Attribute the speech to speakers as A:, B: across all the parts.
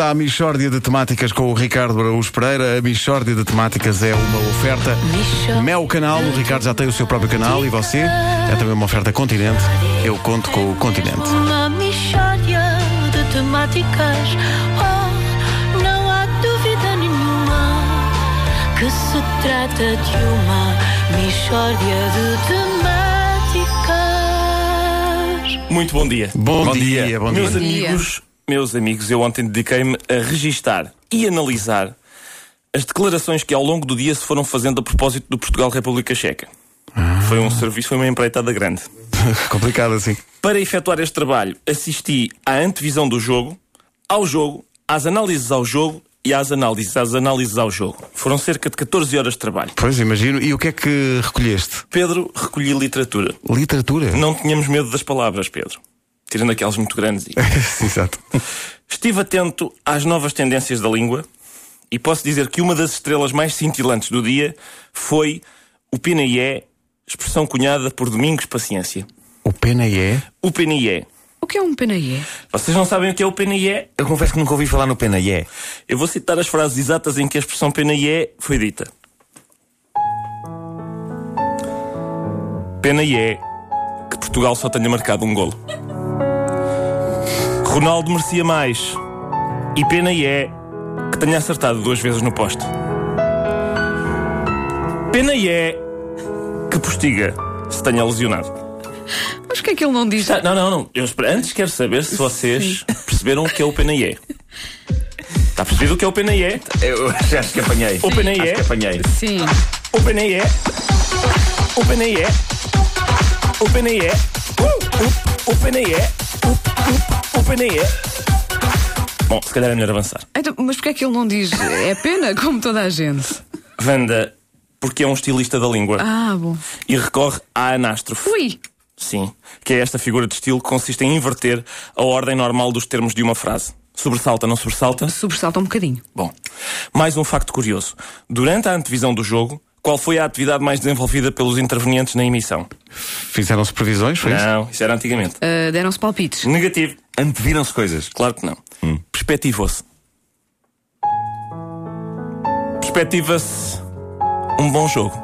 A: À Michórdia de Temáticas com o Ricardo Araújo Pereira. A Michórdia de Temáticas é uma oferta Mel Canal. O Ricardo já tem o seu próprio canal e você é também uma oferta Continente. Eu conto com o Continente.
B: Uma mixória de temáticas. Oh, não há dúvida nenhuma que se trata de uma mixória de temáticas.
C: Muito bom dia.
A: Bom dia, bom dia.
C: meus
A: Bom
D: dia.
C: amigos. Meus amigos, eu ontem dediquei-me a registar e analisar as declarações que ao longo do dia se foram fazendo a propósito do Portugal República Checa.
A: Ah.
C: Foi um serviço, foi uma empreitada grande.
A: Complicado assim.
C: Para efetuar este trabalho, assisti à antevisão do jogo, ao jogo, às análises ao jogo e às análises, às análises ao jogo. Foram cerca de 14 horas de trabalho.
A: Pois, imagino. E o que é que recolheste?
C: Pedro, recolhi literatura.
A: Literatura?
C: Não tínhamos medo das palavras, Pedro. Tirando aquelas muito grandes e
A: Exato.
C: Estive atento às novas tendências da língua e posso dizer que uma das estrelas mais cintilantes do dia foi o PNIE, expressão cunhada por Domingos Paciência.
A: O pena é?
C: O PNIE.
D: O que é um penaie?
C: Vocês não sabem o que é o PNIE?
E: Eu confesso que nunca ouvi falar no Penaié.
C: Eu vou citar as frases exatas em que a expressão PNIE foi dita. PNIE, que Portugal só tenha marcado um golo. Ronaldo merecia mais. E PNIE, que tenha acertado duas vezes no posto. PNIE, que postiga se tenha lesionado.
D: Mas o que é que ele não diz?
C: Tá, não, não, não. Eu esper- antes quero saber se vocês perceberam o que é o PNIE. Está percebido o que é o PNIE?
E: Eu acho que apanhei.
C: O PNIE.
E: Acho que apanhei.
D: Sim.
C: O PNIE. O PNIE. O PNIE. Uh, O- O o PNIE. Uh, O- o- O PNIE. Bom, se calhar é melhor avançar.
D: Então, mas porquê é que ele não diz? É pena, como toda a gente.
C: Vanda, porque é um estilista da língua
D: Ah, bom.
C: e recorre à anástrofe.
D: Ui!
C: Sim, que é esta figura de estilo que consiste em inverter a ordem normal dos termos de uma frase. Sobressalta, não sobressalta?
D: Sobressalta um bocadinho.
C: Bom, mais um facto curioso. Durante a antevisão do jogo, qual foi a atividade mais desenvolvida pelos intervenientes na emissão?
A: Fizeram-se previsões, foi isso?
C: Não, isso era antigamente.
D: Ah, Deram-se palpites.
C: Negativo.
E: Anteviram-se coisas. Hum.
C: Claro que não. Perspectivou-se. Perspectiva-se um bom jogo.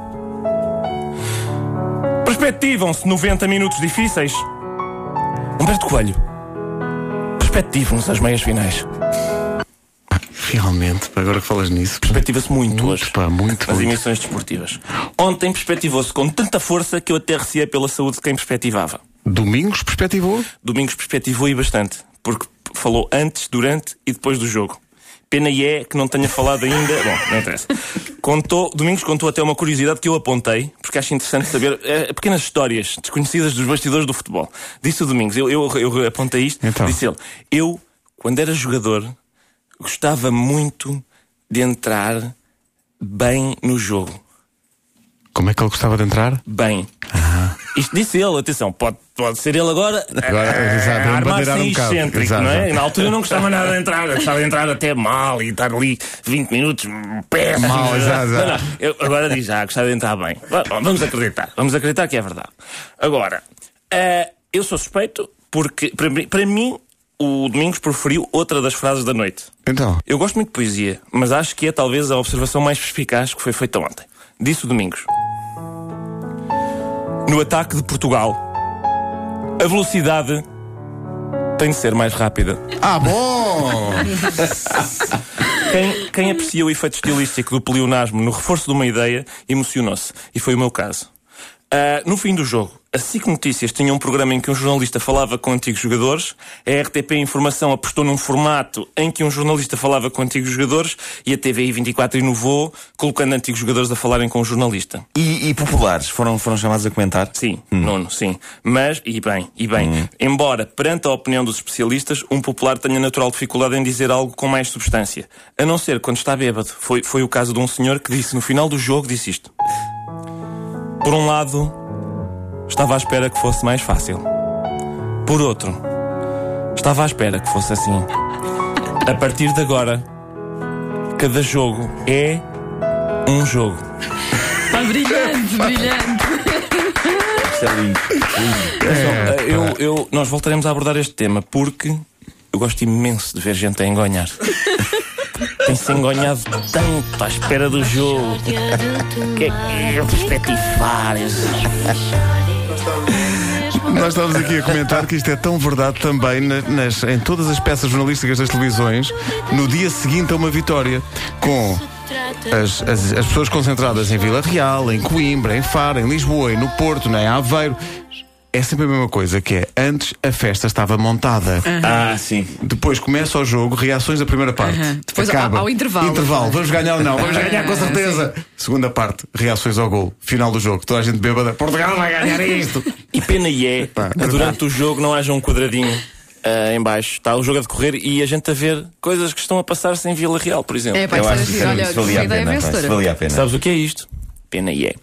C: Perspectivam-se 90 minutos difíceis. Humberto Coelho. Perspectivam-se as meias finais.
A: Realmente, agora que falas nisso.
C: Perspectiva-se muito, hoje.
A: pá, muito,
C: Nas
A: muito.
C: emissões desportivas. Ontem perspectivou-se com tanta força que eu até receei pela saúde de quem perspectivava.
A: Domingos perspectivou?
C: Domingos perspectivou e bastante, porque p- falou antes, durante e depois do jogo. Pena e é que não tenha falado ainda. Bom, não interessa. Contou, Domingos contou até uma curiosidade que eu apontei, porque acho interessante saber eh, pequenas histórias desconhecidas dos bastidores do futebol. Disse o Domingos, eu, eu, eu apontei isto,
A: Então.
C: disse ele: Eu, quando era jogador, gostava muito de entrar bem no jogo
A: Como é que ele gostava de entrar?
C: bem. Isto disse ele, atenção, pode, pode ser ele agora.
A: Agora,
C: a-
A: exato,
C: a
A: vamos
C: armar-se
A: bandeirar um bocado.
C: excêntrico,
A: Exato,
C: não é?
A: exato.
C: Na altura eu não gostava nada de entrar, eu gostava de entrar até mal e estar ali 20 minutos, hum, péssimo.
A: Mal, exato,
C: Não,
A: exato.
C: não, eu agora diz, ah, gostava de entrar bem. Va- Vamos acreditar, vamos acreditar que é verdade. Agora, eh, eu sou suspeito porque, para mim- para mim, o Domingos preferiu outra das frases da noite.
A: Então,
C: Eu gosto muito de poesia, mas acho que é talvez a observação mais perspicaz que foi feita ontem. Disse o Domingos. No ataque de Portugal, a velocidade tem de ser mais rápida.
A: ah, bom!
C: Quem, quem aprecia o efeito estilístico do pleonasmo no reforço de uma ideia emocionou-se. E foi o meu caso. Ah, no fim do jogo, a SIC Notícias tinha um programa em que um jornalista falava com antigos jogadores, a RTP Informação apostou num formato em que um jornalista falava com antigos jogadores e a TVI 24 inovou, colocando antigos jogadores a falarem com o jornalista.
E: E, e populares foram, foram chamados a comentar?
C: Sim, Nuno, sim. Mas, e bem, e bem, embora, perante a opinião dos especialistas, um popular tenha natural dificuldade em dizer algo com mais substância. A não ser quando está bêbado. Foi, foi o caso de um senhor que disse, no final do jogo, disse isto. Por um lado, estava à espera que fosse mais fácil. Por outro, estava à espera que fosse assim. A partir de agora, cada jogo é um jogo.
D: Ah, brilhante, brilhante.
E: Isto é lindo.
C: Atenção, eh, eu- eu- nós voltaremos a abordar este tema porque eu Eu gosto imenso de ver gente a engonhar. Tem-se engonhado tanto à espera do jogo. Que é que os petifários.
A: Nós estávamos aqui a comentar que isto é tão verdade também na- nas, em todas as peças jornalísticas das televisões, no dia seguinte a uma vitória, com as, as, as pessoas concentradas em Vila Real, em Coimbra, em Faro, em Lisboa, e no Porto, né, em Aveiro. É sempre a mesma coisa, que é antes a festa estava montada.
E: Ah, sim.
A: Depois começa o jogo, reações da primeira parte.
D: Aham. Depois ao- ao intervalo.
A: Intervalo, vamos ganhar ou não? Vamos ganhar com
D: Ah,
A: certeza. Segunda parte, reações ao gol. Final do jogo, toda a gente bêbada. Portugal vai ganhar isto.
C: E pena e é que durante o jogo não haja um quadradinho ah, em baixo. Está o jogo a decorrer e a gente a ver coisas que estão a passar-se em Vila Real, por exemplo.
D: É, pá, isso
E: Eu
D: era
E: acho que
D: assim,
E: isso
D: olha,
E: isso valia
D: que
E: a
C: é
D: ideia
E: pena. pá, Isso
D: vencedora.
E: valia a pena.
C: Sabes o que é isto? Pena e é.